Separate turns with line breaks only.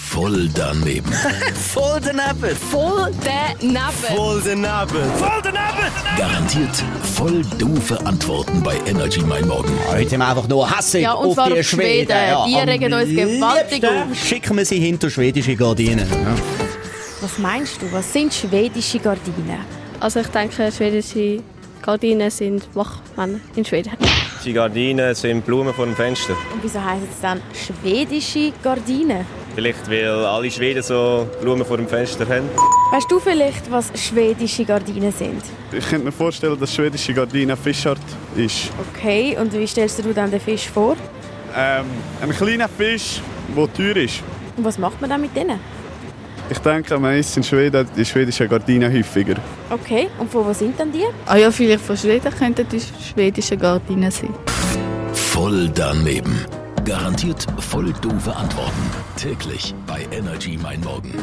Voll daneben.
Voll daneben.
Voll daneben.
Voll daneben. Voll
Garantiert voll doofe Antworten bei Energy Mein Morgen.
Heute mal einfach nur hassig
Ja, und
auf
zwar
die
auf
Schweden.
Schweden. Die
am
regen uns gewaltig
liebsten
auf.
schicken wir sie hinter schwedische Gardinen. Ja.
Was meinst du, was sind schwedische Gardinen?
Also ich denke, schwedische Gardinen sind Wachmänner in Schweden.
Die Gardinen sind Blumen vor dem Fenster.
Und wieso heißt es dann schwedische Gardinen?
Vielleicht weil alle Schweden so Blumen vor dem Fenster haben.
Weißt du vielleicht, was schwedische Gardinen sind?
Ich könnte mir vorstellen, dass schwedische Gardine Fischart ist.
Okay, und wie stellst du dann den Fisch vor?
Ähm, ein kleiner Fisch, der teuer ist.
Und was macht man dann mit denen?
Ich denke, man isst in Schweden die schwedische Gardine häufiger.
Okay, und von wo sind dann die?
Ah ja, vielleicht von Schweden könnten die schwedischen Gardinen sein.
Voll daneben. Garantiert voll doofe Antworten. Täglich bei Energy Mein Morgen.